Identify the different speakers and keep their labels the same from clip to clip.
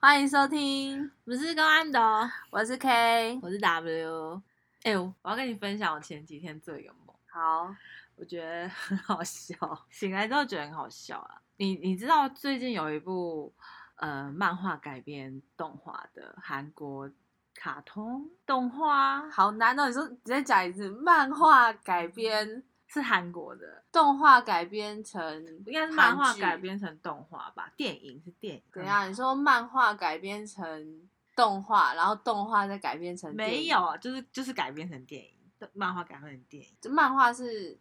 Speaker 1: 欢迎收听，
Speaker 2: 我是高安的，
Speaker 1: 我是 K。
Speaker 2: 我是 W。哎、我我要跟你分享我前几天做一个梦，
Speaker 1: 好，
Speaker 2: 我觉得很 好笑，醒来之后觉得很好笑啊。你你知道最近有一部呃漫画改编动画的韩国卡通动画
Speaker 1: 好难哦！你说你再讲一次，漫画改编、
Speaker 2: 是韩国的，
Speaker 1: 动画改编成
Speaker 2: 应该是漫画
Speaker 1: 韩剧
Speaker 2: 改编成动画吧？电影是电影，
Speaker 1: 怎样？你说漫画改编成动画，然后动画再改编成电影
Speaker 2: 没有，啊，就是就是改编成电影，漫画改编成电影。
Speaker 1: 就漫画是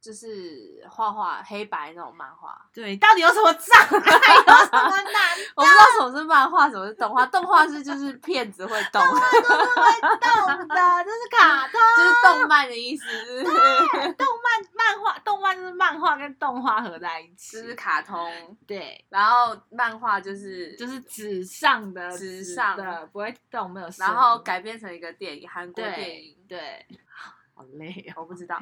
Speaker 1: 就是画画黑白那种漫 画。
Speaker 2: 对，到底有什么 障碍？哎有什么难？
Speaker 1: 我不知道什么是漫画，什么是动画。动画是就是骗子会动，
Speaker 2: 都是会动的，这是卡通、
Speaker 1: 就是动漫的意思，
Speaker 2: 动漫、漫画、动漫就是漫画跟动画合在一起，
Speaker 1: 就是卡通。
Speaker 2: 对，
Speaker 1: 然后漫画就是
Speaker 2: 就是纸上的、
Speaker 1: 纸
Speaker 2: 纸
Speaker 1: 上
Speaker 2: 的，不会动，没有声音。
Speaker 1: 然后改编成一个电影，韩国电
Speaker 2: 对
Speaker 1: 影，
Speaker 2: 对，好累哦。
Speaker 1: 我不知道。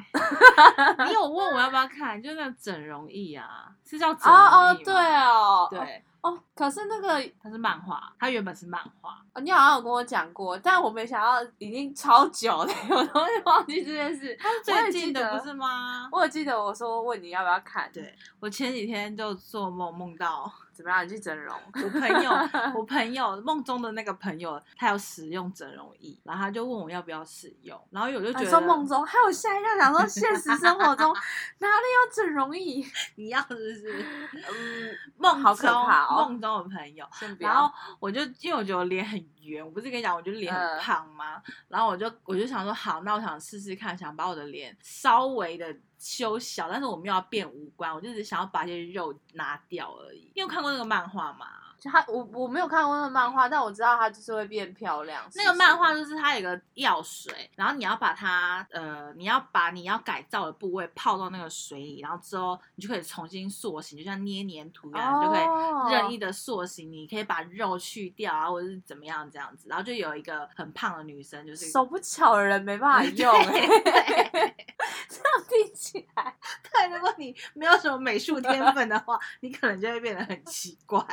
Speaker 2: 你有问我要不要看，就是那个整容艺啊，是叫整
Speaker 1: 哦
Speaker 2: 容
Speaker 1: 哦，
Speaker 2: 艺
Speaker 1: 对
Speaker 2: 吗
Speaker 1: 哦，
Speaker 2: 对，
Speaker 1: 哦，可是那个
Speaker 2: 它是漫画，它原本是漫画，
Speaker 1: 哦你好像有跟我讲过，但我没想到已经超久了， 我都会忘记这件事。
Speaker 2: 它是
Speaker 1: 我也
Speaker 2: 最
Speaker 1: 记
Speaker 2: 近的
Speaker 1: 得
Speaker 2: 不是吗？
Speaker 1: 我有记得我说问你要不要看，
Speaker 2: 对，我前几天就做梦，梦到
Speaker 1: 怎么样？你去整容？
Speaker 2: 我朋友，我朋友梦中的那个朋友，他有使用整容仪，然后他就问我要不要使用，然后我就觉
Speaker 1: 啊你
Speaker 2: 得
Speaker 1: 说梦中，还有吓一跳，想说现实生活 中哪里有整容仪？
Speaker 2: 你要是 不是
Speaker 1: 嗯，
Speaker 2: 梦
Speaker 1: 好可
Speaker 2: 中
Speaker 1: 怕哦
Speaker 2: 梦中的朋友，
Speaker 1: 先不
Speaker 2: 然
Speaker 1: 要
Speaker 2: 后。我就因为我觉得我脸很圆，我不是跟你讲，我觉得脸
Speaker 1: 嗯
Speaker 2: 很胖吗？然后我就我就想说，好，那我想试试看，想把我的脸稍微的修小，但是我没有要变无关，我就只想要把一些肉拿掉而已。你有看过那个漫画吗？
Speaker 1: 就他我我没有看过那个漫画，但我知道他就是会变漂亮。
Speaker 2: 那个
Speaker 1: 是
Speaker 2: 漫画就是它有个药水，然后你要把它呃，你要把你要改造的部位泡到那个水里，然后之后你就可以重新塑形，就像捏黏土一
Speaker 1: 不是
Speaker 2: 样，你就可以
Speaker 1: 哦
Speaker 2: 任意的塑形，你可以把肉去掉啊，或者是怎么样这样子。然后就有一个很胖的女生，就是
Speaker 1: 手不巧的人没办法用、
Speaker 2: 对
Speaker 1: 欸，这样听起来
Speaker 2: 对，如果你没有什么美术天分的话，你可能就会变得很奇怪。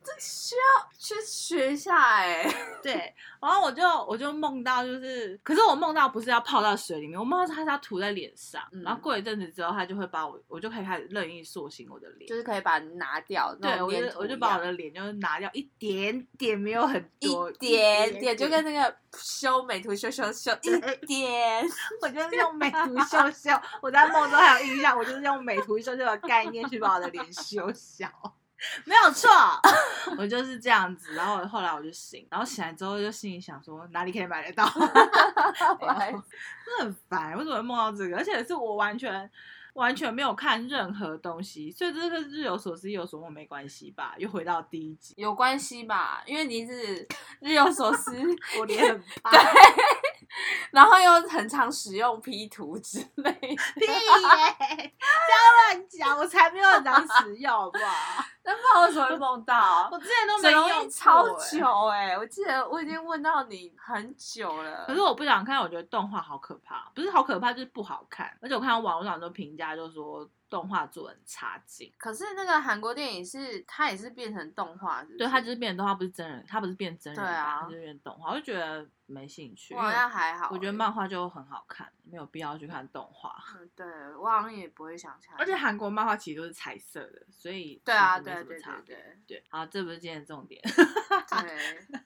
Speaker 1: 这需要去学一下哎、
Speaker 2: 对，然后我就我就梦到就是，可是我梦到不是要泡到水里面，我梦到它是要涂在脸上，
Speaker 1: 嗯
Speaker 2: 然后过一阵子之后，它就会把我，我就可以开始任意塑形我的脸。
Speaker 1: 就是可以把它拿掉。那
Speaker 2: 对，
Speaker 1: 种
Speaker 2: 我就
Speaker 1: 粘土
Speaker 2: 我就
Speaker 1: 一
Speaker 2: 把我
Speaker 1: 样
Speaker 2: 的脸就拿掉一点点，没有很多，
Speaker 1: 一点点，就跟那个修美图修修修一 点，
Speaker 2: 我就是用美图秀秀，我在梦中还有印象，我就是用美图秀秀的概念去把我的脸修小。 没有错，我就是这样子。然后后来我就醒，然后醒来之后就心里想说，哪里可以买得到？
Speaker 1: 白
Speaker 2: 真的很烦，为什么会梦到这个？而且是我完全完全没有看任何东西，所以这个日有所思夜有所梦没关系吧？又回到第一集，
Speaker 1: 有关系吧？因为你是日有所思，
Speaker 2: 我脸 很胖，
Speaker 1: 然后又很常使用 P 图之类 的，
Speaker 2: 屁耶！不要乱讲，我才没有很常使用，好不好？
Speaker 1: 那不然为什么会梦 到？
Speaker 2: 我之前都没
Speaker 1: 整
Speaker 2: 用
Speaker 1: 容
Speaker 2: 过
Speaker 1: 易超
Speaker 2: 欸
Speaker 1: 久哎、我记得我已经问到你很久了。
Speaker 2: 可是我不想看，我觉得动画好可怕，不是好可怕，就是不好看。而且我看到网络上很多评价，就说动画做得很差劲。
Speaker 1: 可是那个韩国电影是它也是变成动画，是不是
Speaker 2: 对，它就是变成动画，不是真人，它不是变真人
Speaker 1: 对
Speaker 2: 版，
Speaker 1: 啊
Speaker 2: 它就是变动画，我就觉得没兴趣。
Speaker 1: 我好像还好欸、
Speaker 2: 我觉得漫画就很好看，没有必要去看动画。
Speaker 1: 嗯，对我好像也不会想看，
Speaker 2: 而且韩国漫画其实都是彩色的，所以
Speaker 1: 嗯对啊，
Speaker 2: 其
Speaker 1: 对
Speaker 2: 实
Speaker 1: 对
Speaker 2: 没什
Speaker 1: 对
Speaker 2: 么差
Speaker 1: 对
Speaker 2: 别。
Speaker 1: 对
Speaker 2: 对，好，这不是今天的重点。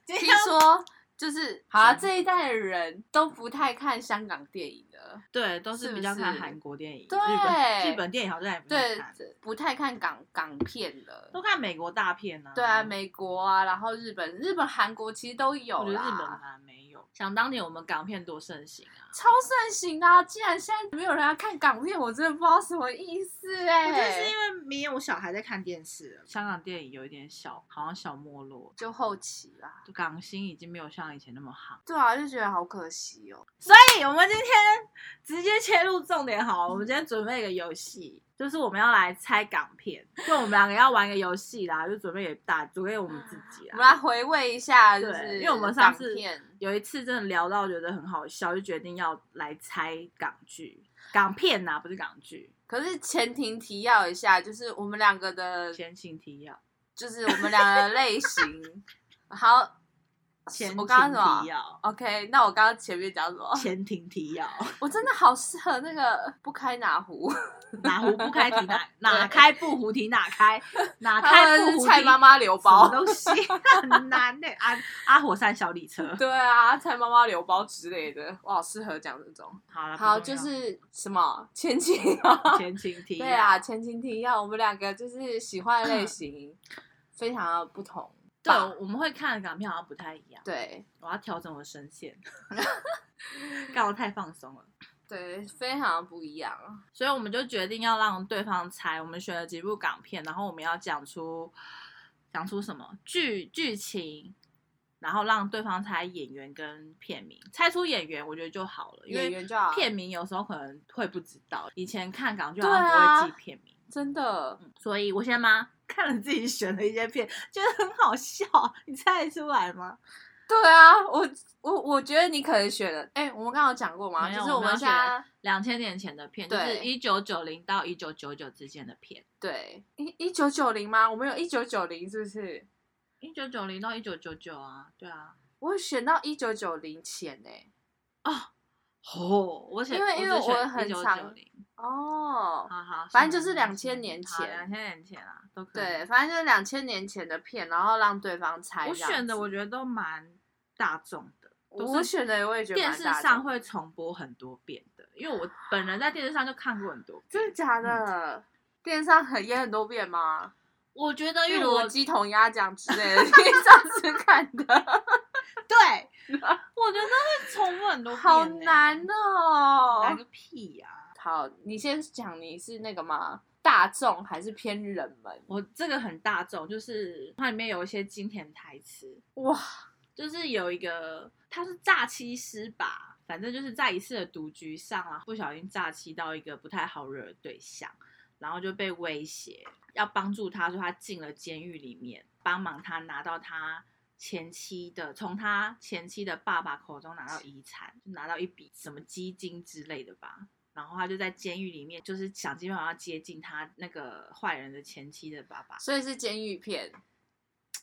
Speaker 1: 对，听说就是好啊，
Speaker 2: 真的
Speaker 1: 这一代的人都不太看香港电影了，
Speaker 2: 对，都
Speaker 1: 是
Speaker 2: 是
Speaker 1: 不
Speaker 2: 比较看
Speaker 1: 是
Speaker 2: 韩国电影，
Speaker 1: 对
Speaker 2: 日本日本电影好像也不太
Speaker 1: 对
Speaker 2: 看，，
Speaker 1: 不太看港港片了。
Speaker 2: 都看美国大片啊。
Speaker 1: 对啊，美国啊，然后日本、日本、韩国其实都有
Speaker 2: 我觉得
Speaker 1: 啦，
Speaker 2: 日本反而没有。想当年我们港片多盛行啊！
Speaker 1: 超盛行的、啊。既然现在没有人要看港片，我真的不知道什么意思哎、
Speaker 2: 我觉得是因为没有小孩在看电视了，香港电影有一点小，好像小没落，
Speaker 1: 就后期啦。
Speaker 2: 就港星已经没有像以前那么夯。
Speaker 1: 对啊，就觉得好可惜哦。
Speaker 2: 对，我们今天直接切入重点好了，我们今天准备一个游戏，就是我们要来猜港片，就我们两个要玩一个游戏啦，就准备给大，准备给我们自己
Speaker 1: 我们来
Speaker 2: 啦。
Speaker 1: 回味一下，就
Speaker 2: 啊对
Speaker 1: 是
Speaker 2: 因为我们上次
Speaker 1: 港片
Speaker 2: 有一次真的聊到觉得很好笑，就决定要来猜港剧、港片呐、不是港剧。
Speaker 1: 可是前庭提要一下，就是我们两个的
Speaker 2: 先情提要，
Speaker 1: 就是我们两个的类型。好，
Speaker 2: 前
Speaker 1: 我
Speaker 2: 庭
Speaker 1: 刚刚什么啊哦
Speaker 2: 提要，
Speaker 1: OK，那我刚刚前面讲什么？
Speaker 2: 前庭提要，
Speaker 1: 我真的好适合那个不开哪壶，
Speaker 2: 哪壶不开提 哪哪开不壶提哪开，哪啊开
Speaker 1: 他
Speaker 2: 不
Speaker 1: 是
Speaker 2: 壶
Speaker 1: 蔡
Speaker 2: 提
Speaker 1: 妈妈留
Speaker 2: 什
Speaker 1: 包。
Speaker 2: 么东西 很难呢、阿阿火山小李车，
Speaker 1: 对啊，蔡妈妈留包之类的，我好适合讲这种。
Speaker 2: 好啊了，不
Speaker 1: 好，就
Speaker 2: 重要
Speaker 1: 是什么前情 啊，
Speaker 2: 前情提要。
Speaker 1: 对啊，前情提要，我们两个就是喜欢的 类型非常的不同。
Speaker 2: 对
Speaker 1: 吧，
Speaker 2: 我们会看的港片好像不太一样，
Speaker 1: 对
Speaker 2: 我要调整我的声线， 干我太放松了，
Speaker 1: 对，非常不一样。
Speaker 2: 所以我们就决定要让对方猜，我们选了几部港片，然后我们要讲出讲出什么剧剧情。然后让对方猜演员跟片名，猜出演员我觉得就好了，因
Speaker 1: 演
Speaker 2: 为
Speaker 1: 员就好，
Speaker 2: 片名有时候可能会不知道。以前看港剧好
Speaker 1: 对
Speaker 2: 像
Speaker 1: 啊
Speaker 2: 不会记片名，
Speaker 1: 真的
Speaker 2: 嗯所以我现在吗看了自己选的一些片，觉得很好笑，你猜得出来吗？
Speaker 1: 对啊，我我我觉得你可能选了，哎、我们刚刚有讲过嘛，
Speaker 2: 没有
Speaker 1: 就是
Speaker 2: 我们
Speaker 1: 们现
Speaker 2: 要啊
Speaker 1: 在
Speaker 2: 两千年前的片，就
Speaker 1: 对
Speaker 2: 是一九九零到一九九九之间的片。
Speaker 1: 对一一九九零吗？我们有一九九零是不是？
Speaker 2: 一九九零到一九九九啊，对啊。
Speaker 1: 我选到一九九零前呢、
Speaker 2: 哦，我选
Speaker 1: 因为因为我很
Speaker 2: 九九
Speaker 1: 常
Speaker 2: 零，
Speaker 1: 哦，
Speaker 2: 好好，
Speaker 1: 反正就是2000年前
Speaker 2: 两千年前啊，都可以。
Speaker 1: 对，，反正就是两千年前的片，然后让对方猜
Speaker 2: 我
Speaker 1: 这样子。
Speaker 2: 选的我觉得都蛮大众的，都
Speaker 1: 我
Speaker 2: 是
Speaker 1: 选的我也觉得
Speaker 2: 电
Speaker 1: 蛮
Speaker 2: 视
Speaker 1: 大
Speaker 2: 上
Speaker 1: 众
Speaker 2: 会重播很多遍的，因为我本人在电视上就看过很多遍。
Speaker 1: 真的假的？
Speaker 2: 嗯
Speaker 1: 电视上很演很多遍吗？
Speaker 2: 我觉得
Speaker 1: 例
Speaker 2: 因为
Speaker 1: 如
Speaker 2: 我
Speaker 1: 鸡同鸭讲之类的， 你上次看的，
Speaker 2: 对，我觉得会重复很多遍、
Speaker 1: 好难，哦。
Speaker 2: 来个屁呀、
Speaker 1: 好，你先讲你是那个吗？大众还是偏冷门？
Speaker 2: 我这个很大众，就是它里面有一些经典台词，
Speaker 1: 哇，
Speaker 2: 就是有一个他是诈欺师吧，反正就是在一次的赌局上啊，不小心诈欺到一个不太好惹的对象，然后就被威胁要帮助他，说他进了监狱里面，帮忙他拿到他。前妻的从他前妻的爸爸口中拿到遗产，就拿到一笔什么基金之类的吧。然后他就在监狱里面，就是想尽办法要接近他那个坏人的前妻的爸爸。
Speaker 1: 所以是监狱片，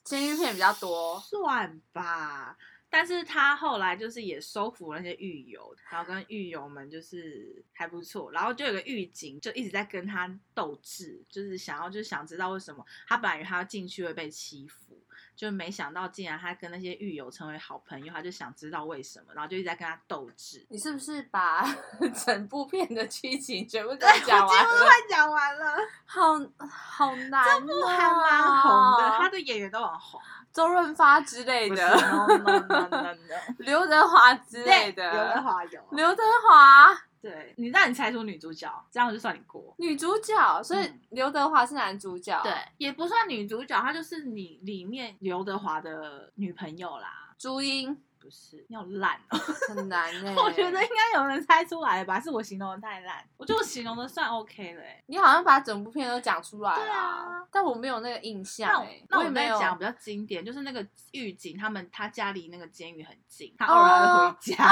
Speaker 1: 监狱片比较多。
Speaker 2: 算吧。但是他后来就是也收服了那些狱友，然后跟狱友们就是还不错，然后就有个狱警就一直在跟他斗智，就是想要就是想知道为什么他本来以为他要进去会被欺负，就没想到竟然他跟那些狱友成为好朋友，他就想知道为什么，然后就一直在跟他斗智。
Speaker 1: 你是不是把 整部片的剧情全部都
Speaker 2: 对，我几
Speaker 1: 讲完
Speaker 2: 乎都
Speaker 1: 了？
Speaker 2: 快讲完了，
Speaker 1: 好好难、哦，这
Speaker 2: 不还蛮红的，他的演员都很红，
Speaker 1: 周润发之类
Speaker 2: 不是
Speaker 1: 的，
Speaker 2: no no no no no，
Speaker 1: 刘德华 之类
Speaker 2: 对，刘德
Speaker 1: 的。
Speaker 2: 华有，啊
Speaker 1: 刘德华
Speaker 2: 对你让你猜出女主角，这样我就算你过。
Speaker 1: 女主角，所以
Speaker 2: 嗯
Speaker 1: 刘德华是男主角，
Speaker 2: 对，，也不算女主角，她就是你里面刘德华的女朋友啦，
Speaker 1: 朱 茵
Speaker 2: 不是？你好烂哦、
Speaker 1: 很难哎、
Speaker 2: 我觉得应该有人猜出来吧？是我形容的太烂，我觉得我形容的算 OK 了、欸。
Speaker 1: 你好像把整部片都讲出来了、
Speaker 2: 对啊
Speaker 1: 但我没有那个印象
Speaker 2: 那我
Speaker 1: 哎、
Speaker 2: 那
Speaker 1: 我也
Speaker 2: 我
Speaker 1: 没
Speaker 2: 再
Speaker 1: 有
Speaker 2: 讲 比较经典，就是那个狱警，他们他家离那个监狱很近，他
Speaker 1: 哦
Speaker 2: 偶尔会回家。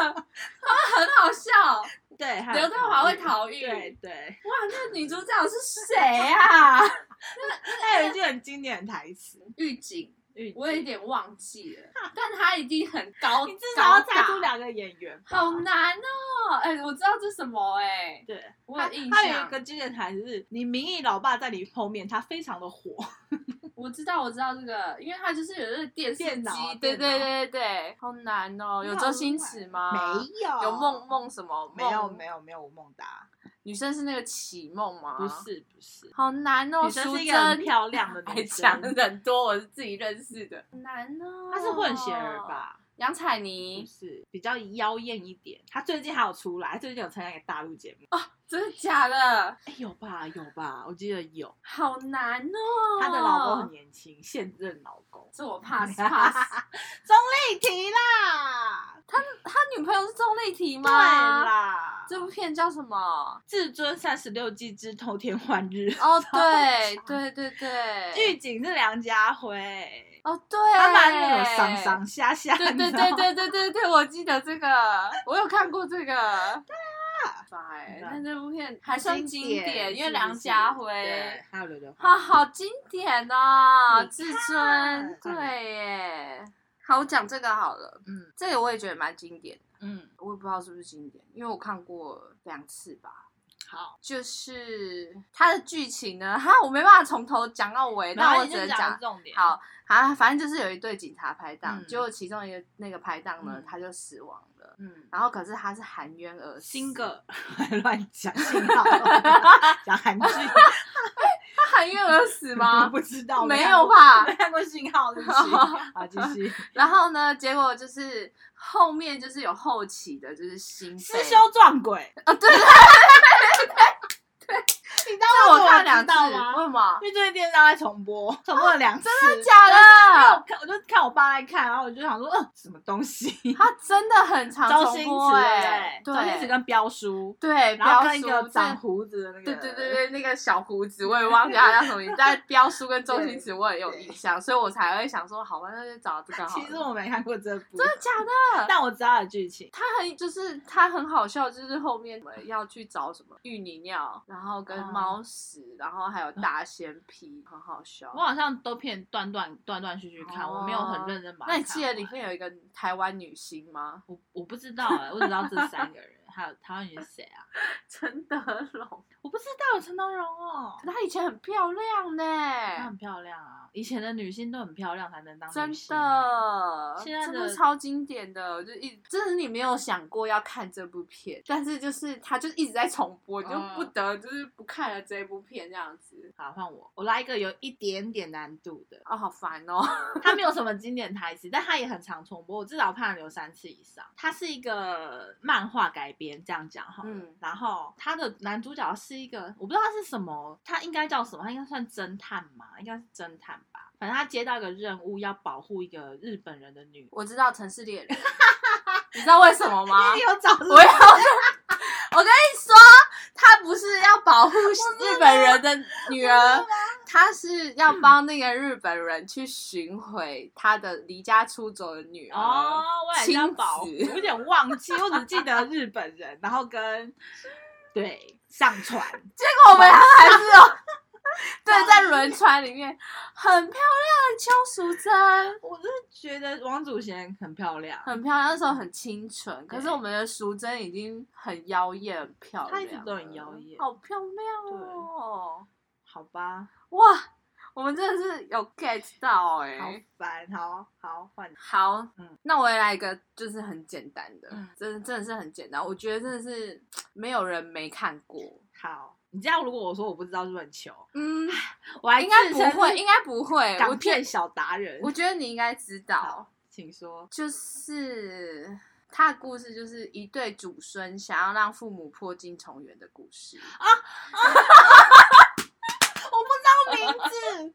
Speaker 1: 很好笑，
Speaker 2: 对，还有
Speaker 1: 刘德华会
Speaker 2: 逃
Speaker 1: 逃
Speaker 2: 狱
Speaker 1: 狱，
Speaker 2: 对对，
Speaker 1: 哇，那女主角是 谁 啊？
Speaker 2: 还有一句很经典的台词，
Speaker 1: 狱警，
Speaker 2: 狱警
Speaker 1: 我有点忘记了，但她一定很高，
Speaker 2: 你至少要
Speaker 1: 高
Speaker 2: 猜
Speaker 1: 大
Speaker 2: 出两个演员吧。
Speaker 1: 好难哦！哎、我知道这是什么哎、
Speaker 2: 对，
Speaker 1: 我
Speaker 2: 他
Speaker 1: 有印
Speaker 2: 他有一
Speaker 1: 象
Speaker 2: 个，经典台词是：“你民意老爸在你后面，他非常的火。
Speaker 1: 我知道，我知道这个，因为它就是有那个电视机，
Speaker 2: 电脑
Speaker 1: 对
Speaker 2: 电
Speaker 1: 对对
Speaker 2: 脑
Speaker 1: 对对，好难哦。
Speaker 2: 你
Speaker 1: 有
Speaker 2: 好
Speaker 1: 周星驰吗？
Speaker 2: 没有，
Speaker 1: 有梦梦什么？
Speaker 2: 没有
Speaker 1: 梦
Speaker 2: 没有没有吴孟达，
Speaker 1: 女生是那个启梦吗？
Speaker 2: 不，是不是，
Speaker 1: 好难哦。
Speaker 2: 女生
Speaker 1: 淑
Speaker 2: 是一个很
Speaker 1: 珍
Speaker 2: 漂亮的
Speaker 1: 还
Speaker 2: 女
Speaker 1: 讲
Speaker 2: 生，
Speaker 1: 的很多，我是自己认识的，很难 哦。
Speaker 2: 她是混血儿？吧？
Speaker 1: 杨采
Speaker 2: 不
Speaker 1: 妮，
Speaker 2: 是，比较妖艳一点。她最近还有出来，她最近有参加一个大陆节目，
Speaker 1: 哦真的假的？
Speaker 2: 哎有吧有吧，我记得有。
Speaker 1: 好难哦。
Speaker 2: 她的老公很年轻，现任老公
Speaker 1: 这我 pass pass。
Speaker 2: 钟丽缇啦，
Speaker 1: 他女朋友是钟丽缇吗？
Speaker 2: 对。啦，
Speaker 1: 这部片叫什么？
Speaker 2: 至尊三十六计之偷天换日》
Speaker 1: 哦，对对对对，
Speaker 2: 狱警是梁家辉，
Speaker 1: 哦对，
Speaker 2: 他把那种上上下下，
Speaker 1: 对对
Speaker 2: 你知道
Speaker 1: 对
Speaker 2: 吗，
Speaker 1: 对对对对，我记得这个，我有看过这个。对啊，法哎、
Speaker 2: 嗯
Speaker 1: 但这部片还算经典，因为
Speaker 2: 是不
Speaker 1: 梁
Speaker 2: 是
Speaker 1: 家辉
Speaker 2: 对，还有刘德华，
Speaker 1: 啊，好经典哦，
Speaker 2: 你
Speaker 1: 至
Speaker 2: 看
Speaker 1: 尊，对耶。好，我讲这个好了，
Speaker 2: 嗯
Speaker 1: 这个我也觉得蛮经典的，
Speaker 2: 嗯，
Speaker 1: 我也不知道是不是经典，因为我看过两次吧。
Speaker 2: 好，
Speaker 1: 就是它的剧情呢， 哈，我没办法从头讲到尾，
Speaker 2: 然
Speaker 1: 那
Speaker 2: 后
Speaker 1: 我
Speaker 2: 你
Speaker 1: 只
Speaker 2: 就
Speaker 1: 能
Speaker 2: 讲
Speaker 1: 讲
Speaker 2: 到重点，
Speaker 1: 好，啊，反正就是有一对警察拍档，
Speaker 2: 嗯
Speaker 1: 结果其中一个那个拍档呢，
Speaker 2: 嗯
Speaker 1: 他就死亡了，
Speaker 2: 嗯，
Speaker 1: 然后可是他是含冤而死，
Speaker 2: 新个 乱讲，幸好 讲 韩剧，
Speaker 1: 他含冤而死
Speaker 2: 我
Speaker 1: 吗？
Speaker 2: 不知道，
Speaker 1: 没
Speaker 2: 看
Speaker 1: 有
Speaker 2: 过
Speaker 1: 吧
Speaker 2: 没看过信号， 对不起。好，继续。
Speaker 1: 然后呢，结果就是后面就是有后期的，就是新
Speaker 2: 师
Speaker 1: 飞
Speaker 2: 兄撞鬼，
Speaker 1: 啊， 对，
Speaker 2: 你知道
Speaker 1: 这
Speaker 2: 为
Speaker 1: 我
Speaker 2: 什么
Speaker 1: 看两
Speaker 2: 知
Speaker 1: 次，
Speaker 2: 道
Speaker 1: 为
Speaker 2: 吗？
Speaker 1: 什么
Speaker 2: 因？为最近电视上在重播，重播了两次。真的
Speaker 1: 假
Speaker 2: 因为我
Speaker 1: 的，
Speaker 2: 看，我就看我爸在看，然后我就想说，嗯，什么东西？
Speaker 1: 他真的很常
Speaker 2: 周
Speaker 1: 重
Speaker 2: 星
Speaker 1: 播
Speaker 2: 驰
Speaker 1: 哎，
Speaker 2: 对不对，周星驰
Speaker 1: 对
Speaker 2: 跟彪叔，
Speaker 1: 对，
Speaker 2: 然后
Speaker 1: 彪
Speaker 2: 跟一个
Speaker 1: 叔
Speaker 2: 长
Speaker 1: 在。
Speaker 2: 胡子的那个，
Speaker 1: 对对对对，那个小胡子我也忘记他叫什么名字，但彪叔 跟周星驰我也有
Speaker 2: 对
Speaker 1: 印象，所以我才会想说，好吧，那就找这个好
Speaker 2: 其
Speaker 1: 了。
Speaker 2: 实我没看过这部，
Speaker 1: 真的假的？
Speaker 2: 但我知道的剧情。
Speaker 1: 他很就是他很好笑，就是后面我们要去找什么芋泥尿，然后跟
Speaker 2: 哦
Speaker 1: 猫屎，然后还
Speaker 2: 嗯
Speaker 1: 有大仙皮，很好笑
Speaker 2: 我。好像都片断断断断续续看，
Speaker 1: 哦
Speaker 2: 我没有很认真把它
Speaker 1: 那
Speaker 2: 看完。
Speaker 1: 你记得里面有一个台湾女星吗？
Speaker 2: 我我不知道哎、我只知道这三个人，还有台湾人是谁啊？
Speaker 1: 陈德容，
Speaker 2: 我不知道有陈德容哦，
Speaker 1: 她以前很漂亮
Speaker 2: 她
Speaker 1: 呢，
Speaker 2: 很漂亮啊，以前的女星都很漂亮才能当
Speaker 1: 真
Speaker 2: 女星啊。
Speaker 1: 的，
Speaker 2: 现在的
Speaker 1: 这部超经典的，我就一真的你没有想过要看这部片，但是就是它就一直在重播，你就
Speaker 2: 嗯
Speaker 1: 不得就是不看了这部片这样子。
Speaker 2: 好，换我，我来一个有一点点难度的，
Speaker 1: 哦，好烦哦！
Speaker 2: 它没有什么经典台词，但它也很常重播，我至少看了有三次以上。它是一个漫画改编，这样讲哈。
Speaker 1: 嗯
Speaker 2: 然后他的男主角是一个，我不知道他是什么，他应该叫什么？他应该算侦探嘛？应该是侦探吧。反正他接到一个任务，要保护一个日本人的女。
Speaker 1: 我知道城市猎人，你知道为什么吗
Speaker 2: 你？有找
Speaker 1: 我要，我跟你说，他不是要保护日本人的女儿，他是要帮那个日本人去寻回他的离家出走的 女儿。
Speaker 2: 哦，我也是要
Speaker 1: 亲
Speaker 2: 保护，
Speaker 1: 子
Speaker 2: 我有点忘记，我只记得日本人，然后跟对上船，
Speaker 1: 结果我们还是有对，在轮船里面很漂亮的邱淑贞。
Speaker 2: 我真的觉得王祖贤很漂亮，
Speaker 1: 很漂亮，那时候很清纯，可是
Speaker 2: 对
Speaker 1: 我们的淑贞已经很妖艳、很漂亮了，
Speaker 2: 她一直都很妖艳
Speaker 1: 好漂亮哦！
Speaker 2: 好吧，
Speaker 1: 哇，我们真的是有 get 到哎、
Speaker 2: 好烦，好好换你，
Speaker 1: 好，
Speaker 2: 嗯
Speaker 1: 那我也来一个，就是很简单的，
Speaker 2: 嗯
Speaker 1: 真的真的是很简单，我觉得真的是没有人没看过，
Speaker 2: 好，你这样如果我说我不知道是不是很糗，
Speaker 1: 嗯，
Speaker 2: 我还
Speaker 1: 应该
Speaker 2: 自称
Speaker 1: 不会，
Speaker 2: 是
Speaker 1: 应该不会，我
Speaker 2: 港
Speaker 1: 觉
Speaker 2: 片小达人，
Speaker 1: 我觉得你应该知道
Speaker 2: 好，请说，
Speaker 1: 就是。他的故事就是一对祖孙想要让父母破镜重圆的故事，
Speaker 2: 啊我不知道名 字，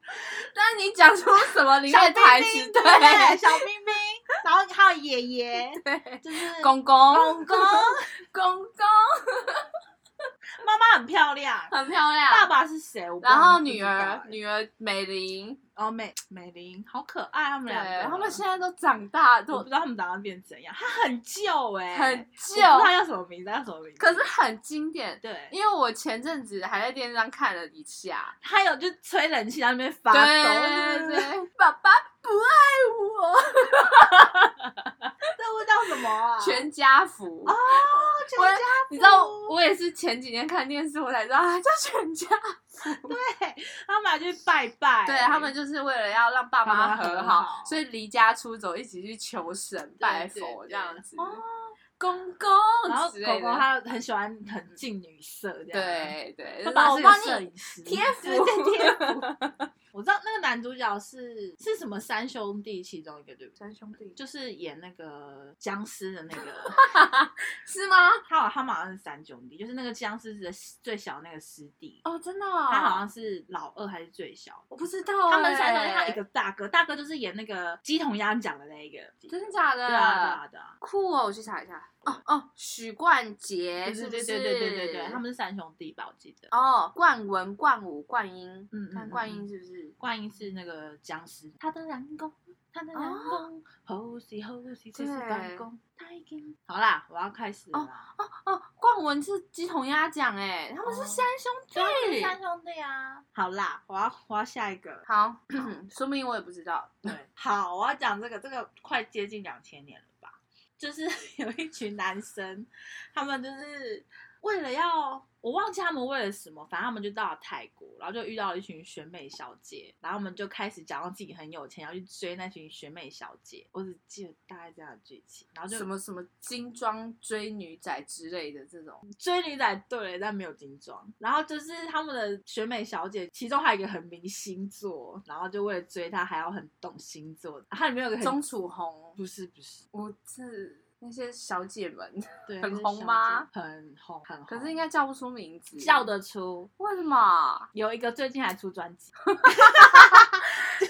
Speaker 1: 但你讲出什么里面的台词？
Speaker 2: 对不对， 小冰冰，然后还有爷 爷，
Speaker 1: 对，
Speaker 2: 就是
Speaker 1: 公公
Speaker 2: 公公，
Speaker 1: 公公
Speaker 2: 妈妈很漂亮，
Speaker 1: 很漂
Speaker 2: 爸
Speaker 1: 亮，
Speaker 2: 爸是谁？我不知道
Speaker 1: 然后
Speaker 2: 不知
Speaker 1: 女
Speaker 2: 道
Speaker 1: 儿
Speaker 2: 欸
Speaker 1: 女儿美玲，
Speaker 2: 哦美美玲好可爱，他们
Speaker 1: 对
Speaker 2: 两个，，
Speaker 1: 他们现在都长大，
Speaker 2: 我
Speaker 1: 都
Speaker 2: 不知道他们长大变怎样，他很旧哎，
Speaker 1: 很旧，
Speaker 2: 我不知道他叫什么名字，他叫什么名字？
Speaker 1: 可是很经典。
Speaker 2: 对，
Speaker 1: 因为我前阵子还在电视上看了一下，
Speaker 2: 还有就吹冷气在那边发
Speaker 1: 对
Speaker 2: 抖，
Speaker 1: 对对，爸爸不爱我，
Speaker 2: 这部叫什么啊？
Speaker 1: 全家福
Speaker 2: 哦，全
Speaker 1: 我
Speaker 2: 家
Speaker 1: 你知道我也是前几年看电视我才知道 它叫全家，
Speaker 2: 他们还去拜拜，
Speaker 1: 对他们就是为了要让爸妈
Speaker 2: 哎爸妈
Speaker 1: 和
Speaker 2: 和
Speaker 1: 好
Speaker 2: 好，
Speaker 1: 所以离家出走，一起去求神
Speaker 2: 对
Speaker 1: 拜
Speaker 2: 对
Speaker 1: 佛
Speaker 2: 对
Speaker 1: 这样子。
Speaker 2: 哦
Speaker 1: 公公
Speaker 2: 然后
Speaker 1: 之类
Speaker 2: 狗
Speaker 1: 的
Speaker 2: 狗它很喜欢很近女色这样，
Speaker 1: 对对，
Speaker 2: 爸
Speaker 1: 然
Speaker 2: 爸
Speaker 1: 后我
Speaker 2: 是个
Speaker 1: 帮
Speaker 2: 摄
Speaker 1: 你
Speaker 2: 影师，
Speaker 1: 贴符
Speaker 2: 对对贴符。 我知道那个男主角是是什么三兄弟其中一个，对不对？
Speaker 1: 三兄弟
Speaker 2: 就是演那个僵尸的那个，
Speaker 1: 是吗？
Speaker 2: 他好他们好像是三兄弟，就是那个僵尸的最小那个师弟，
Speaker 1: 哦，真的哦，
Speaker 2: 他好像是老二还是最小。
Speaker 1: 我不知道欸，
Speaker 2: 他们三兄弟，他有一个大哥，大哥就是演那个鸡同鸭讲的那一个，
Speaker 1: 真的假
Speaker 2: 对
Speaker 1: 的？
Speaker 2: 啊对啊对啊，
Speaker 1: 酷哦，我去查一下。哦哦，许冠杰哎是
Speaker 2: 对
Speaker 1: 不
Speaker 2: 对
Speaker 1: 是？
Speaker 2: 对对对对对，他们是三兄弟吧？我记得。
Speaker 1: 哦，冠文、冠武、冠英，
Speaker 2: 嗯嗯
Speaker 1: 看
Speaker 2: 嗯
Speaker 1: 冠
Speaker 2: 嗯
Speaker 1: 英是不是？
Speaker 2: 冠英是那个僵尸，他的南宫，他的南
Speaker 1: 哦
Speaker 2: 宫，吼西吼西，这是南宫，他已经好啦，我要开始了啦。
Speaker 1: 哦哦，冠文是鸡同鸭讲哎，他们是
Speaker 2: 哦
Speaker 1: 三兄
Speaker 2: 对
Speaker 1: 弟。
Speaker 2: 三兄弟啊，好啦，我要我要下一个。
Speaker 1: 好， 说明我也不知道。
Speaker 2: 对， 好，我要讲这个，这个快接近两千年了吧？就是 有一群男生，他们就是为了要，我忘记他们为了什么，反正他们就到了泰国，然后就遇到了一群选美小姐，然后我们就开始假装自己很有钱，要去追那群选美小姐。我只记得大概这样的剧情，然后就
Speaker 1: 什么什么金装追女仔之类的这种，
Speaker 2: 追女仔对了，但没有精装。然后就是他们的选美小姐，其中还有一个很明星座，然后就为了追她还要很懂星座。它里面有个很
Speaker 1: 钟楚红，
Speaker 2: 不是不是，
Speaker 1: 我是那些小姐们，
Speaker 2: 对，
Speaker 1: 很
Speaker 2: 那是
Speaker 1: 红
Speaker 2: 小
Speaker 1: 吗
Speaker 2: 姐？很红，很红。嗯
Speaker 1: 可是应该叫不出名字。
Speaker 2: 叫得出。
Speaker 1: 为什么？
Speaker 2: 有一个最近还出专辑，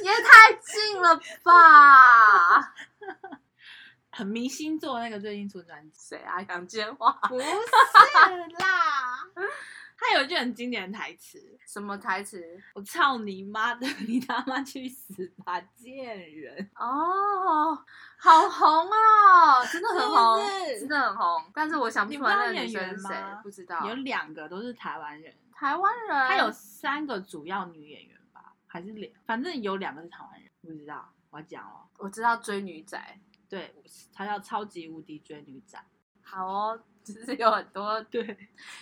Speaker 1: 也太近了吧！
Speaker 2: 很明星座那个最近出专辑，
Speaker 1: 谁啊？杨千嬅？
Speaker 2: 不是啦。 他有一句很经典的台词
Speaker 1: 什么台词？：“
Speaker 2: 我操你妈的，你他妈去死吧，贱 人
Speaker 1: 哦，好红哦，真的很红，
Speaker 2: 是不是
Speaker 1: 真的很红。但是我想不
Speaker 2: 你
Speaker 1: 出
Speaker 2: 不
Speaker 1: 来
Speaker 2: 知道
Speaker 1: 那个女
Speaker 2: 演
Speaker 1: 生
Speaker 2: 员
Speaker 1: 是谁
Speaker 2: 吗，
Speaker 1: 不知道！”。
Speaker 2: 有两个都是台湾人，
Speaker 1: 台湾人，
Speaker 2: 他有三个主要女演员吧，还是两？反正有两个是台湾人，不知道。我要讲哦，
Speaker 1: 我知道追女仔，
Speaker 2: 对，他叫《超级无敌追女仔》，
Speaker 1: 好哦，就是有很多
Speaker 2: 对，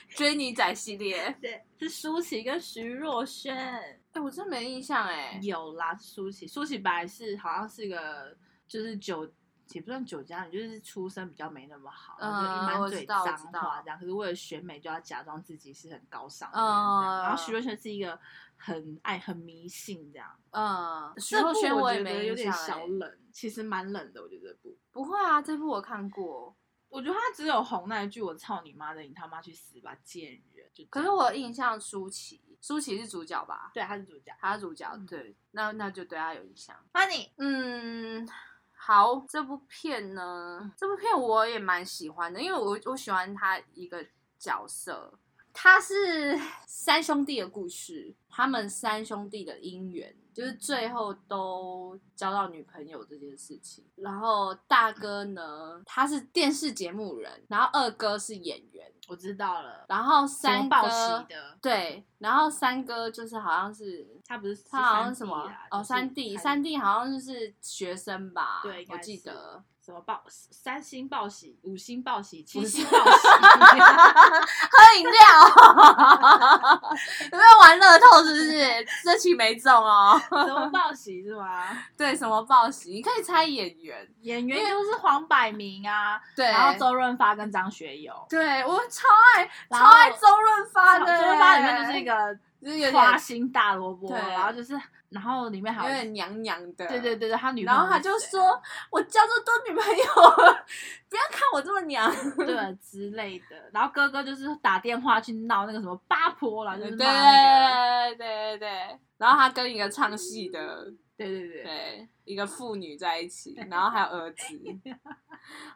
Speaker 1: 追女仔系列。
Speaker 2: 对，是舒淇跟徐若瑄。
Speaker 1: 哎，我真没印象哎。
Speaker 2: 有啦，是舒淇，舒淇本来是好像是个就是酒，也不算酒家女，就是出身比较没那么好，然后就
Speaker 1: 嗯
Speaker 2: 一
Speaker 1: 我
Speaker 2: 般
Speaker 1: 知
Speaker 2: 嘴
Speaker 1: 道我
Speaker 2: 脏
Speaker 1: 知
Speaker 2: 话
Speaker 1: 道
Speaker 2: 这样。可是为了选美，就要假装自己是很高尚的人这样。然后徐
Speaker 1: 嗯
Speaker 2: 若瑄是一个很爱很迷信这样，
Speaker 1: 嗯，徐
Speaker 2: 这
Speaker 1: 若
Speaker 2: 部
Speaker 1: 瑄
Speaker 2: 我
Speaker 1: 也
Speaker 2: 觉得
Speaker 1: 没
Speaker 2: 有
Speaker 1: 印
Speaker 2: 点
Speaker 1: 象
Speaker 2: 小
Speaker 1: 哎。
Speaker 2: 冷，其实蛮冷的。我觉得这部，
Speaker 1: 不会啊，这部我看过，
Speaker 2: 我觉得他只有红那一句“我操你妈的，你他妈去死吧，贱人”就这样。
Speaker 1: 可是我印象舒淇，舒淇是主角吧？
Speaker 2: 对他是主角，
Speaker 1: 她是主角，
Speaker 2: 嗯
Speaker 1: 对，那那就对她有印象。
Speaker 2: 欢你
Speaker 1: 嗯，好，这部片呢，这部片我也蛮喜欢的，因为我我喜欢他一个角色，他是 三兄弟的故事，他们三兄弟的姻缘，就是最后都交到女朋友这件事情。然后大哥呢，他是电视节目人，然后二哥是演员，
Speaker 2: 我知道了，
Speaker 1: 然后
Speaker 2: 什么
Speaker 1: 三
Speaker 2: 报喜
Speaker 1: 哥
Speaker 2: 的，
Speaker 1: 对，然后三哥就是好像是
Speaker 2: 他不是
Speaker 1: 他好像是什
Speaker 2: 三 D
Speaker 1: 么
Speaker 2: 啦
Speaker 1: 哦，
Speaker 2: 就是
Speaker 1: 三弟，
Speaker 2: 看
Speaker 1: 三弟好像就是学生吧？
Speaker 2: 对应
Speaker 1: 我
Speaker 2: 该
Speaker 1: 记
Speaker 2: 是
Speaker 1: 得。
Speaker 2: 什么报三星报喜、五星报喜、七
Speaker 1: 不是
Speaker 2: 星报喜，
Speaker 1: 喝饮料， 有没有玩乐透？是不是？这期没中哦。
Speaker 2: 什么报喜是吗？
Speaker 1: 对，什么报喜？你可以猜演员。
Speaker 2: 演员就是黄百鸣啊，
Speaker 1: 对，
Speaker 2: 然后周润发跟张学友。
Speaker 1: 对我超爱
Speaker 2: 然
Speaker 1: 超爱
Speaker 2: 后
Speaker 1: 周润发
Speaker 2: 周
Speaker 1: 的，
Speaker 2: 润发里面就是一个
Speaker 1: 就是有
Speaker 2: 花
Speaker 1: 点
Speaker 2: 心大萝卜，
Speaker 1: 对
Speaker 2: 然后就是然后里面
Speaker 1: 有
Speaker 2: 还有
Speaker 1: 点娘娘的，
Speaker 2: 对对。对对，他女朋
Speaker 1: 然
Speaker 2: 友
Speaker 1: 后他
Speaker 2: 是
Speaker 1: 就
Speaker 2: 谁啊
Speaker 1: 说：“我交这么多女朋友了，不要看我这么娘。
Speaker 2: 对之类的，然后哥哥就是打电话去闹那个什么八婆啦，”就
Speaker 1: 对
Speaker 2: 是
Speaker 1: 对
Speaker 2: 骂那个
Speaker 1: 对对对。然后他跟一个唱戏的
Speaker 2: 对对对对，
Speaker 1: 对，一个妇女在一起，然后还有儿 子，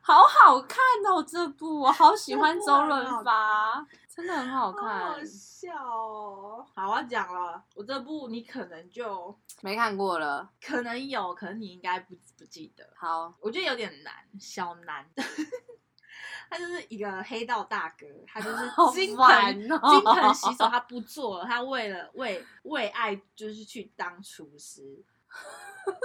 Speaker 1: 好好看哦！这部我好喜欢周润发，真的很好看，
Speaker 2: 笑哦。好，我要讲了，我这部你可能就
Speaker 1: 没看过了。
Speaker 2: 可能有，可能你应该不不记得。
Speaker 1: 好，
Speaker 2: 我觉得有点难，小难。 他就是一个黑道大哥，他就
Speaker 1: 好
Speaker 2: 是金
Speaker 1: 烦
Speaker 2: 盆、
Speaker 1: 哦
Speaker 2: 金盆洗手，他不做了，他为了为为爱就是去当厨师。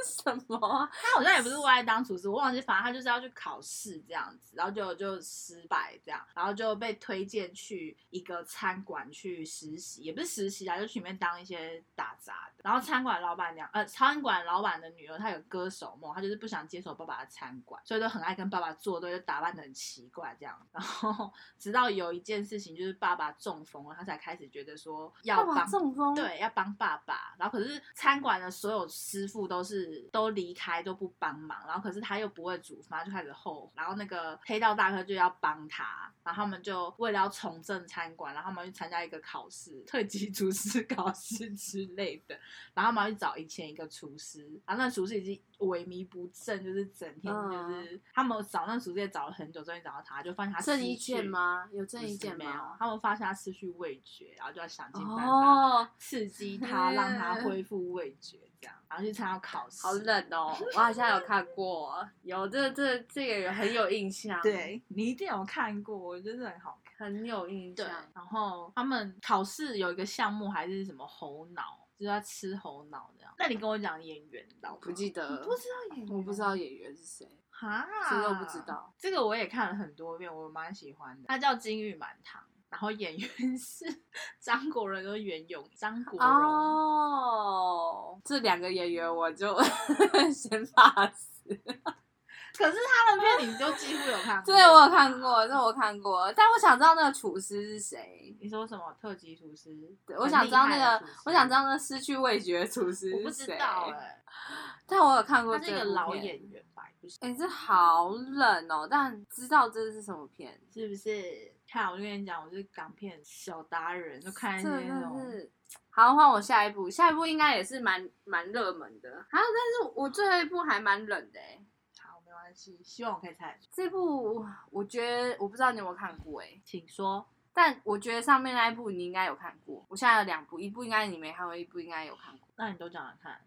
Speaker 1: 什么啊？
Speaker 2: 他好像也不是为爱当厨师，我忘记，反正他就是要去考试这样子，然后就就失败这样，然后就被推荐去一个餐馆去实习，也不是实习啊，就去里面当一些打杂的。然后餐馆老板娘，呃，餐馆老板的女儿，她有歌手梦，她就是不想接手爸爸的餐馆，所以就很爱跟爸爸作对，就打扮的很奇怪这样。然 后直到有一件事情，就是爸爸中风了，她才开始觉得说要
Speaker 1: 爸
Speaker 2: 帮
Speaker 1: 爸中风，，
Speaker 2: 对，要帮爸爸。然后可是餐馆的所有师傅都是都离开，都不帮忙。然后可是他又不会煮饭，就开始后悔。然后那个黑道大哥就要帮他，然后他们就为了要重振餐馆，然后他们去参加一个考试，特级厨师考试之类的。然后他们要去找以前一个厨师，然后那厨师已经萎靡不振，就是整天
Speaker 1: 嗯
Speaker 2: 就是、他们找那厨师也找了很久，终于找到他，就发现他
Speaker 1: 郑
Speaker 2: 失
Speaker 1: 伊
Speaker 2: 去
Speaker 1: 健？吗？有郑
Speaker 2: 不
Speaker 1: 伊
Speaker 2: 是
Speaker 1: 健
Speaker 2: 没有
Speaker 1: 吗？，
Speaker 2: 他们发现他失去味觉，然后就要想尽办法。
Speaker 1: 哦，
Speaker 2: 刺激他，让他恢复味觉。这样，然后去参加考试。
Speaker 1: 好冷哦！我好像有看过，有这这这个有很有印象，，
Speaker 2: 对你一定有看过，我觉得很好看。
Speaker 1: 很有印
Speaker 2: 对
Speaker 1: 象，。
Speaker 2: 然后他们考试有一个项目还是什么猴脑，就是要吃猴脑这样。那你跟我讲演员，你知道吗
Speaker 1: 不记得
Speaker 2: 你不知道演员，啊
Speaker 1: 我不知啊道演员是谁，
Speaker 2: 哈，
Speaker 1: 这个不知道。
Speaker 2: 这个我也看了很多遍，我蛮喜欢的。它叫《金玉满堂》，然后演员 是张国荣跟袁咏，张国荣。
Speaker 1: 哦，这两个演员我就先 pass。
Speaker 2: 可是他的片你就几乎有看过，
Speaker 1: 对，我有看。过，这我看过，但我想知道那个厨师是谁。
Speaker 2: 你说什么特级厨师？
Speaker 1: 对
Speaker 2: 很
Speaker 1: 我想知道
Speaker 2: 厉
Speaker 1: 那
Speaker 2: 害的
Speaker 1: 个
Speaker 2: 厨师，
Speaker 1: 我想知，道那失去味觉的厨师
Speaker 2: 我不
Speaker 1: 是
Speaker 2: 知
Speaker 1: 谁。
Speaker 2: 道哎、
Speaker 1: 但我有看过
Speaker 2: 他
Speaker 1: 这
Speaker 2: 是一个
Speaker 1: 部
Speaker 2: 老
Speaker 1: 片。
Speaker 2: 演员吧，也不是？
Speaker 1: 哎、这好冷哦！但知道这是什么片，
Speaker 2: 是不是？看，我就跟你讲，我是港片小达人，就看一
Speaker 1: 这
Speaker 2: 些
Speaker 1: 真
Speaker 2: 那
Speaker 1: 的
Speaker 2: 种。
Speaker 1: 是。好，换我下一部，下一部应该也是蛮蛮热门的啊。但是我最后一部还蛮冷的哎、
Speaker 2: 好，没关系，希望我可以猜得出。
Speaker 1: 这部我觉得我不知道你有没有看过哎、
Speaker 2: 请说，
Speaker 1: 但我觉得上面那一部你应该有看过。我现在有两部，一部应该你没看过，一部应该有看过。
Speaker 2: 那你都讲来 看，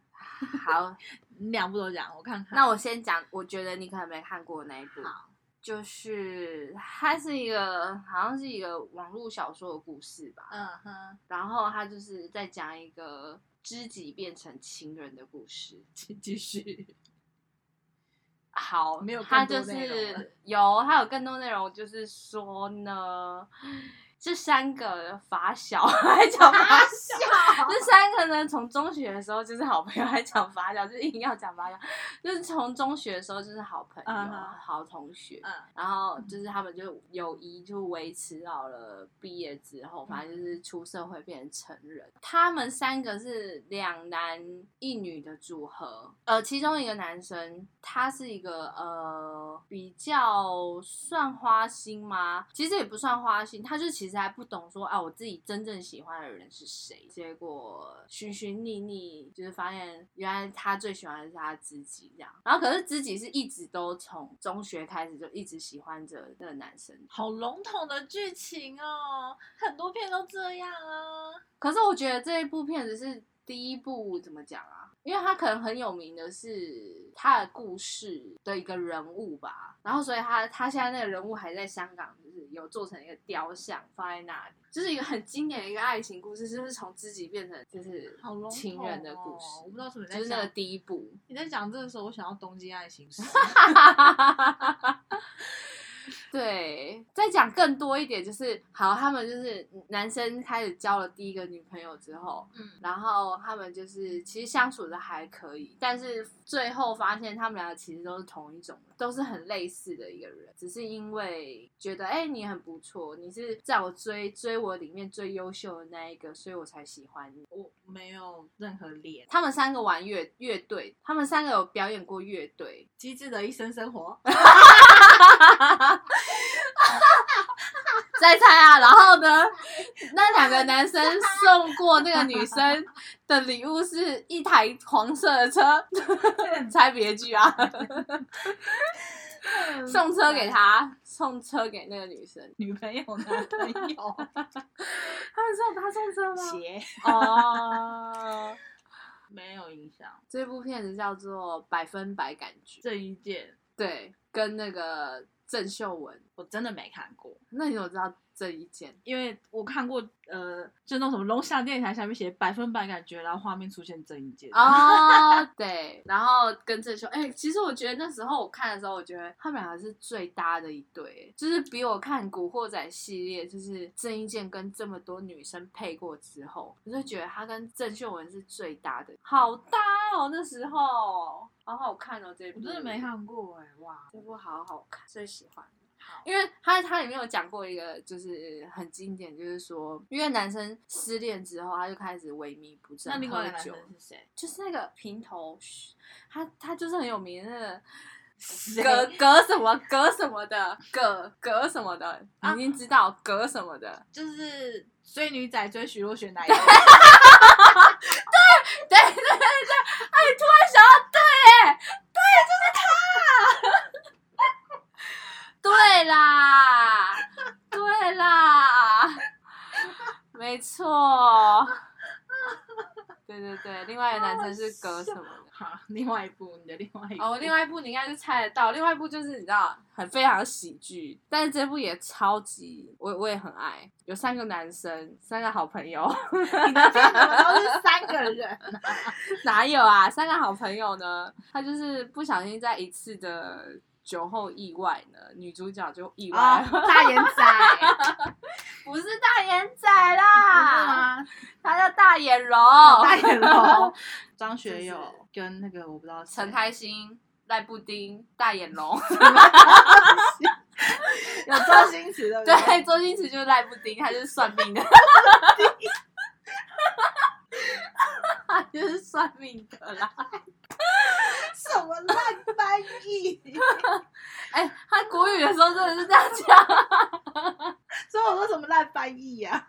Speaker 1: 好，
Speaker 2: 你两部都讲，我看看。
Speaker 1: 那我先讲，我觉得你可能没看过的那一部，
Speaker 2: 好
Speaker 1: 就是它是一个好像是一个网络小说的故事吧，
Speaker 2: 嗯 哼，
Speaker 1: 然后它就是在讲一个知己变成情人的故事。
Speaker 2: 请 继续。
Speaker 1: 好，
Speaker 2: 没有
Speaker 1: 他
Speaker 2: 更
Speaker 1: 就
Speaker 2: 多内容了
Speaker 1: 是有，他有更多内容，就是说呢，这三个法小 还讲法小， 这三个呢，从中学的时候就是好朋友，还讲法小，就是硬要讲法小，就是从中学的时候就是好朋友、啊
Speaker 2: 嗯哼
Speaker 1: 好同学，
Speaker 2: 嗯
Speaker 1: 然后就是他们就友谊就维持到了毕业之后，反正就是出社会变成成人。他们三个是两男一女的组合，呃，其中一个男生他是一个呃比较算花心吗？其实也不算花心，他就其实还不懂说啊，我自己真正喜欢的人是谁。结果寻寻觅觅，就是发现原来他最喜欢的是他自己这样。然后可是自己是一直都从中学开始就一直喜欢着那个男生，
Speaker 2: 好笼统的剧情哦，很多片都这样啊。
Speaker 1: 可是我觉得这一部片子是第一部怎么讲啊？因为他可能很有名的是他的故事的一个人物吧，然后所以他他现在那个人物还在香港，就是有做成一个雕像放在那里，就是一个很经典的一个爱情故事，就是从自己变成就是
Speaker 2: 好笼统、哦、
Speaker 1: 情人的故事，
Speaker 2: 我不知道什么你
Speaker 1: 就
Speaker 2: 在
Speaker 1: 是那个
Speaker 2: 讲。
Speaker 1: 第一部。
Speaker 2: 你在讲这个时候，我想要《东京爱 情史》
Speaker 1: 对，再讲更多一点，就是好，他们就是男生开始交了第一个女朋友之后，
Speaker 2: 嗯。
Speaker 1: 然后他们就是其实相处的还可以，但是最后发现他们俩其实都是同一种人，都是很类似的一个人，只是因为觉得哎、你很不错，你是在我追追我里面最优秀的那一个，所以我才喜欢你。
Speaker 2: 我没有任何脸，
Speaker 1: 他们三个玩乐乐队，他们三个有表演过乐队，
Speaker 2: 《机智的一生生活》
Speaker 1: 再猜啊！然后呢，那两个男生送过那个女生的礼物是一台黄色的车， 猜别具啊！
Speaker 2: 嗯
Speaker 1: 送车给他，送车给那个女生。
Speaker 2: 女朋友、男朋 友、
Speaker 1: 他们送他送车
Speaker 2: 鞋，
Speaker 1: 哦，
Speaker 2: 没有影响。
Speaker 1: 这部片子叫做《百分百感觉》，
Speaker 2: 这一件
Speaker 1: 对，跟那个郑秀文。
Speaker 2: 我真的没看过，
Speaker 1: 那你怎么知道这一件？
Speaker 2: 因为我看过呃，就那种什么龙翔电台下面写百分百感觉，然后画面出现这一件，
Speaker 1: 哦， 对，然后跟郑秀，哎、其实我觉得那时候我看的时候，我觉得他们两个是最搭的一对，就是比我看《古惑仔》系列，就是郑伊健跟这么多女生配过之后，我就觉得他跟郑秀文是最搭的，好搭哦，那时候好好看哦，这部
Speaker 2: 我真的没，看过哎、哇！
Speaker 1: 这部好好看，最喜欢。
Speaker 2: 好
Speaker 1: 因为他他里面有讲过一个，就是很经典，就是说，因为男生失恋之后，他就开始萎靡不振，
Speaker 2: 那另外一个
Speaker 1: 喝
Speaker 2: 男
Speaker 1: 酒
Speaker 2: 生是谁？
Speaker 1: 就是那个平头，他他就是很有名的那个
Speaker 2: 谁
Speaker 1: 葛葛什么葛什么的葛葛什么的，
Speaker 2: 啊
Speaker 1: 你已经知道葛什么的，
Speaker 2: 就是追女仔追徐若瑄 那一个，
Speaker 1: 对对对对，哎，突然想到，对耶，对， 就是他，对啦，对啦，没错，对对对，另外一个男生还是歌什么的。
Speaker 2: 好，另外一部，你的另外一部。
Speaker 1: 哦，另外一部你应该是猜得到，另外一部就是你知道很非常喜剧，但是这部也超级，我我也很爱。有三个男生，三个好朋友，
Speaker 2: 你的片怎么都是三个 人？
Speaker 1: 哪有啊？三个好朋友呢，他就是不小心在一次的酒后意外呢，女主角就意外，
Speaker 2: 啊，大眼 仔，
Speaker 1: 不是大眼仔啦，
Speaker 2: 啊，
Speaker 1: 他叫大眼柔，
Speaker 2: 哦大眼 龙，张学
Speaker 1: 哦就是
Speaker 2: 友跟那个我不知道谁
Speaker 1: 陈开心、赖布丁、大眼龙，
Speaker 2: 有周星驰的，
Speaker 1: 对，周星驰就是赖布丁，他就是算命的， 他就是算命的啦。
Speaker 2: 什么烂翻译？
Speaker 1: 哎、他国语的时候真的是这样讲。
Speaker 2: 所以我说什么烂翻译呀？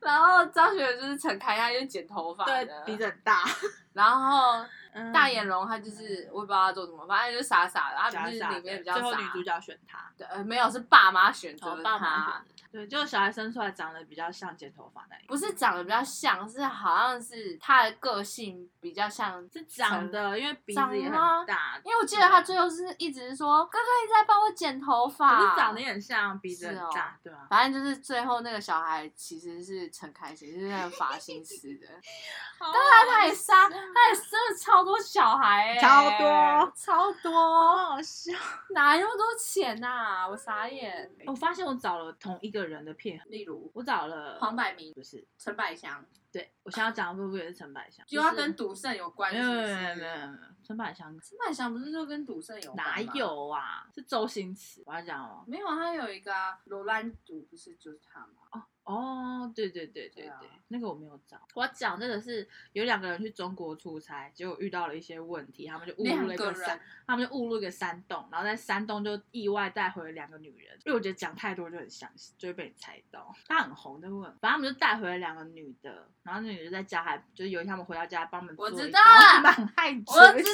Speaker 1: 然后张学友就是陈开，他就是剪头发
Speaker 2: 对，
Speaker 1: 的，
Speaker 2: 鼻子很大，
Speaker 1: 然后
Speaker 2: 嗯
Speaker 1: 大眼龙他就是我也不知道他做什么，反正就是傻傻的，他
Speaker 2: 傻
Speaker 1: 不是
Speaker 2: 傻的，
Speaker 1: 里面比较
Speaker 2: 最后女
Speaker 1: 傻
Speaker 2: 主。角选他，
Speaker 1: 对，呃，没有是爸妈选择
Speaker 2: 哦
Speaker 1: 的
Speaker 2: 爸妈
Speaker 1: 他
Speaker 2: 选对，就是小孩生出来长得比较像剪头发那一个，
Speaker 1: 不是长得比较像，是好像是他的个性比较像
Speaker 2: 是长的，因为鼻子也很大，
Speaker 1: 因为我记得他最后是一直说哥哥一直在帮我剪头发，
Speaker 2: 可是长得也很像，鼻子很
Speaker 1: 哦
Speaker 2: 大，对啊。
Speaker 1: 反正就是最后那个小孩其实是陈凯欣，就是那个发型师 的，但
Speaker 2: 当
Speaker 1: 他他也杀，他也生了超多小孩、欸，
Speaker 2: 超多
Speaker 1: 超多，
Speaker 2: 好笑。
Speaker 1: 哪那么多钱呐、我傻眼。
Speaker 2: 我发现我找了同一个人的片，
Speaker 1: 例如
Speaker 2: 我找了
Speaker 1: 黄百鸣、
Speaker 2: 不是，
Speaker 1: 陈百祥，
Speaker 2: 对我想要讲的会不会也是陈百祥？
Speaker 1: 就嗯他跟赌圣有关
Speaker 2: 没
Speaker 1: 系？
Speaker 2: 有
Speaker 1: 是不是
Speaker 2: 没有没有没有没有陈百祥
Speaker 1: 陈百祥不是就跟赌圣有关
Speaker 2: 哪
Speaker 1: 吗？
Speaker 2: 有啊？是周星驰，我要讲哦。
Speaker 1: 没有，他有一个啊，罗兰赌不是就是他吗？
Speaker 2: 哦，对对对对
Speaker 1: 对啊
Speaker 2: 对，那个我没有找。我讲这个是有两个人去中国出差，结果遇到了一些问题，他们就误入
Speaker 1: 两
Speaker 2: 了一
Speaker 1: 个
Speaker 2: 个山
Speaker 1: 人，，
Speaker 2: 他们就误入一个山洞，然后在山洞就意外带回了两个女人。因为我觉得讲太多就很详细，就会被你猜到。她很红的问，反正他们就带回了两个女的，然后那女的在家还就是有一天他们回到家帮我们做
Speaker 1: 我
Speaker 2: 一
Speaker 1: 知
Speaker 2: 道
Speaker 1: 道了
Speaker 2: 满汉全
Speaker 1: 我知
Speaker 2: 席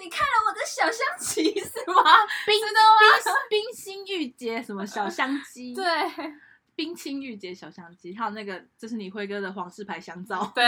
Speaker 1: 你看了我的小象棋 是吗？
Speaker 2: 冰
Speaker 1: 知道吗
Speaker 2: 冰冰心玉洁什么小香 鸡，
Speaker 1: 对
Speaker 2: 冰清玉洁小香鸡，还有那个这是你辉哥的皇室牌香皂，
Speaker 1: 对，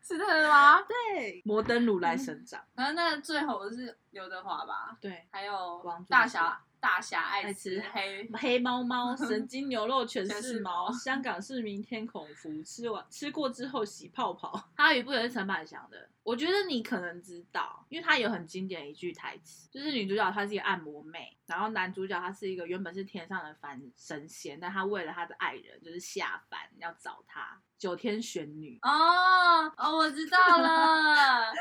Speaker 1: 是他的吗？
Speaker 2: 对，嗯摩登如来神掌，
Speaker 1: 然后那最红的是刘德华吧，
Speaker 2: 对，
Speaker 1: 还有
Speaker 2: 王祖
Speaker 1: 大
Speaker 2: 贤
Speaker 1: 侠大侠爱
Speaker 2: 爱
Speaker 1: 吃
Speaker 2: 吃
Speaker 1: 黑，
Speaker 2: 黑猫 猫、神经牛肉全
Speaker 1: 全是
Speaker 2: 是
Speaker 1: 毛
Speaker 2: 毛，香港市民天孔福，吃完吃过之后洗泡泡。他有一部也是陈百祥的，我觉得你可能知道，因为他有很经典一句台词，就是女主角她是一个按摩妹，然后男主角他是一个原本是天上的凡神仙，但他为了他的爱人就是下凡要找他九天玄女。
Speaker 1: 哦哦，我知道了，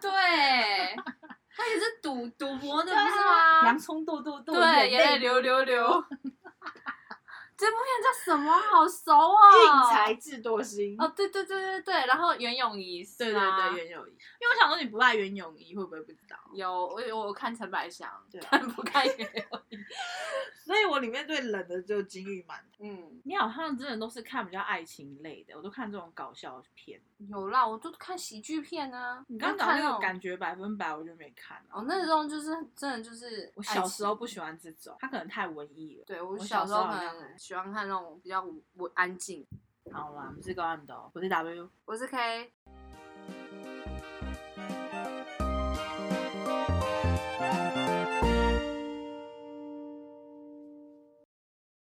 Speaker 1: 对，他也是赌赌博
Speaker 2: 啊
Speaker 1: 的，不是吗
Speaker 2: 洋？葱剁剁剁，
Speaker 1: 对，眼
Speaker 2: 眼
Speaker 1: 泪
Speaker 2: 流。
Speaker 1: 流流流。这部片叫什么？好熟哦！
Speaker 2: 运财智多星。
Speaker 1: 哦，对对对对对，然后袁咏仪是
Speaker 2: 对对
Speaker 1: 吗
Speaker 2: 对，袁咏仪。因为我想说你不爱袁咏仪，会不会不知道？
Speaker 1: 有我有我看陈百祥
Speaker 2: 对，啊
Speaker 1: 但不看袁 咏仪。
Speaker 2: 所以我里面最冷的就是金玉满堂。
Speaker 1: 嗯，
Speaker 2: 你好像真的都是看比较爱情类的，我都看这种搞笑片。
Speaker 1: 有啦，我就看喜剧片啊。
Speaker 2: 你刚
Speaker 1: 就
Speaker 2: 讲
Speaker 1: 看
Speaker 2: 那个
Speaker 1: 种
Speaker 2: 感觉百分百，我就没看啊。
Speaker 1: 哦，那种就是真的就是
Speaker 2: 我小时候不
Speaker 1: 喜，
Speaker 2: 喜欢这种，它可能太文艺了。
Speaker 1: 对我
Speaker 2: 我
Speaker 1: 小
Speaker 2: 小
Speaker 1: 时
Speaker 2: 时
Speaker 1: 候
Speaker 2: 候
Speaker 1: 可
Speaker 2: 好像
Speaker 1: 能喜欢看那种比较我安静。
Speaker 2: 好啦，我们是高安的哦，我是 W。
Speaker 1: 我是 K，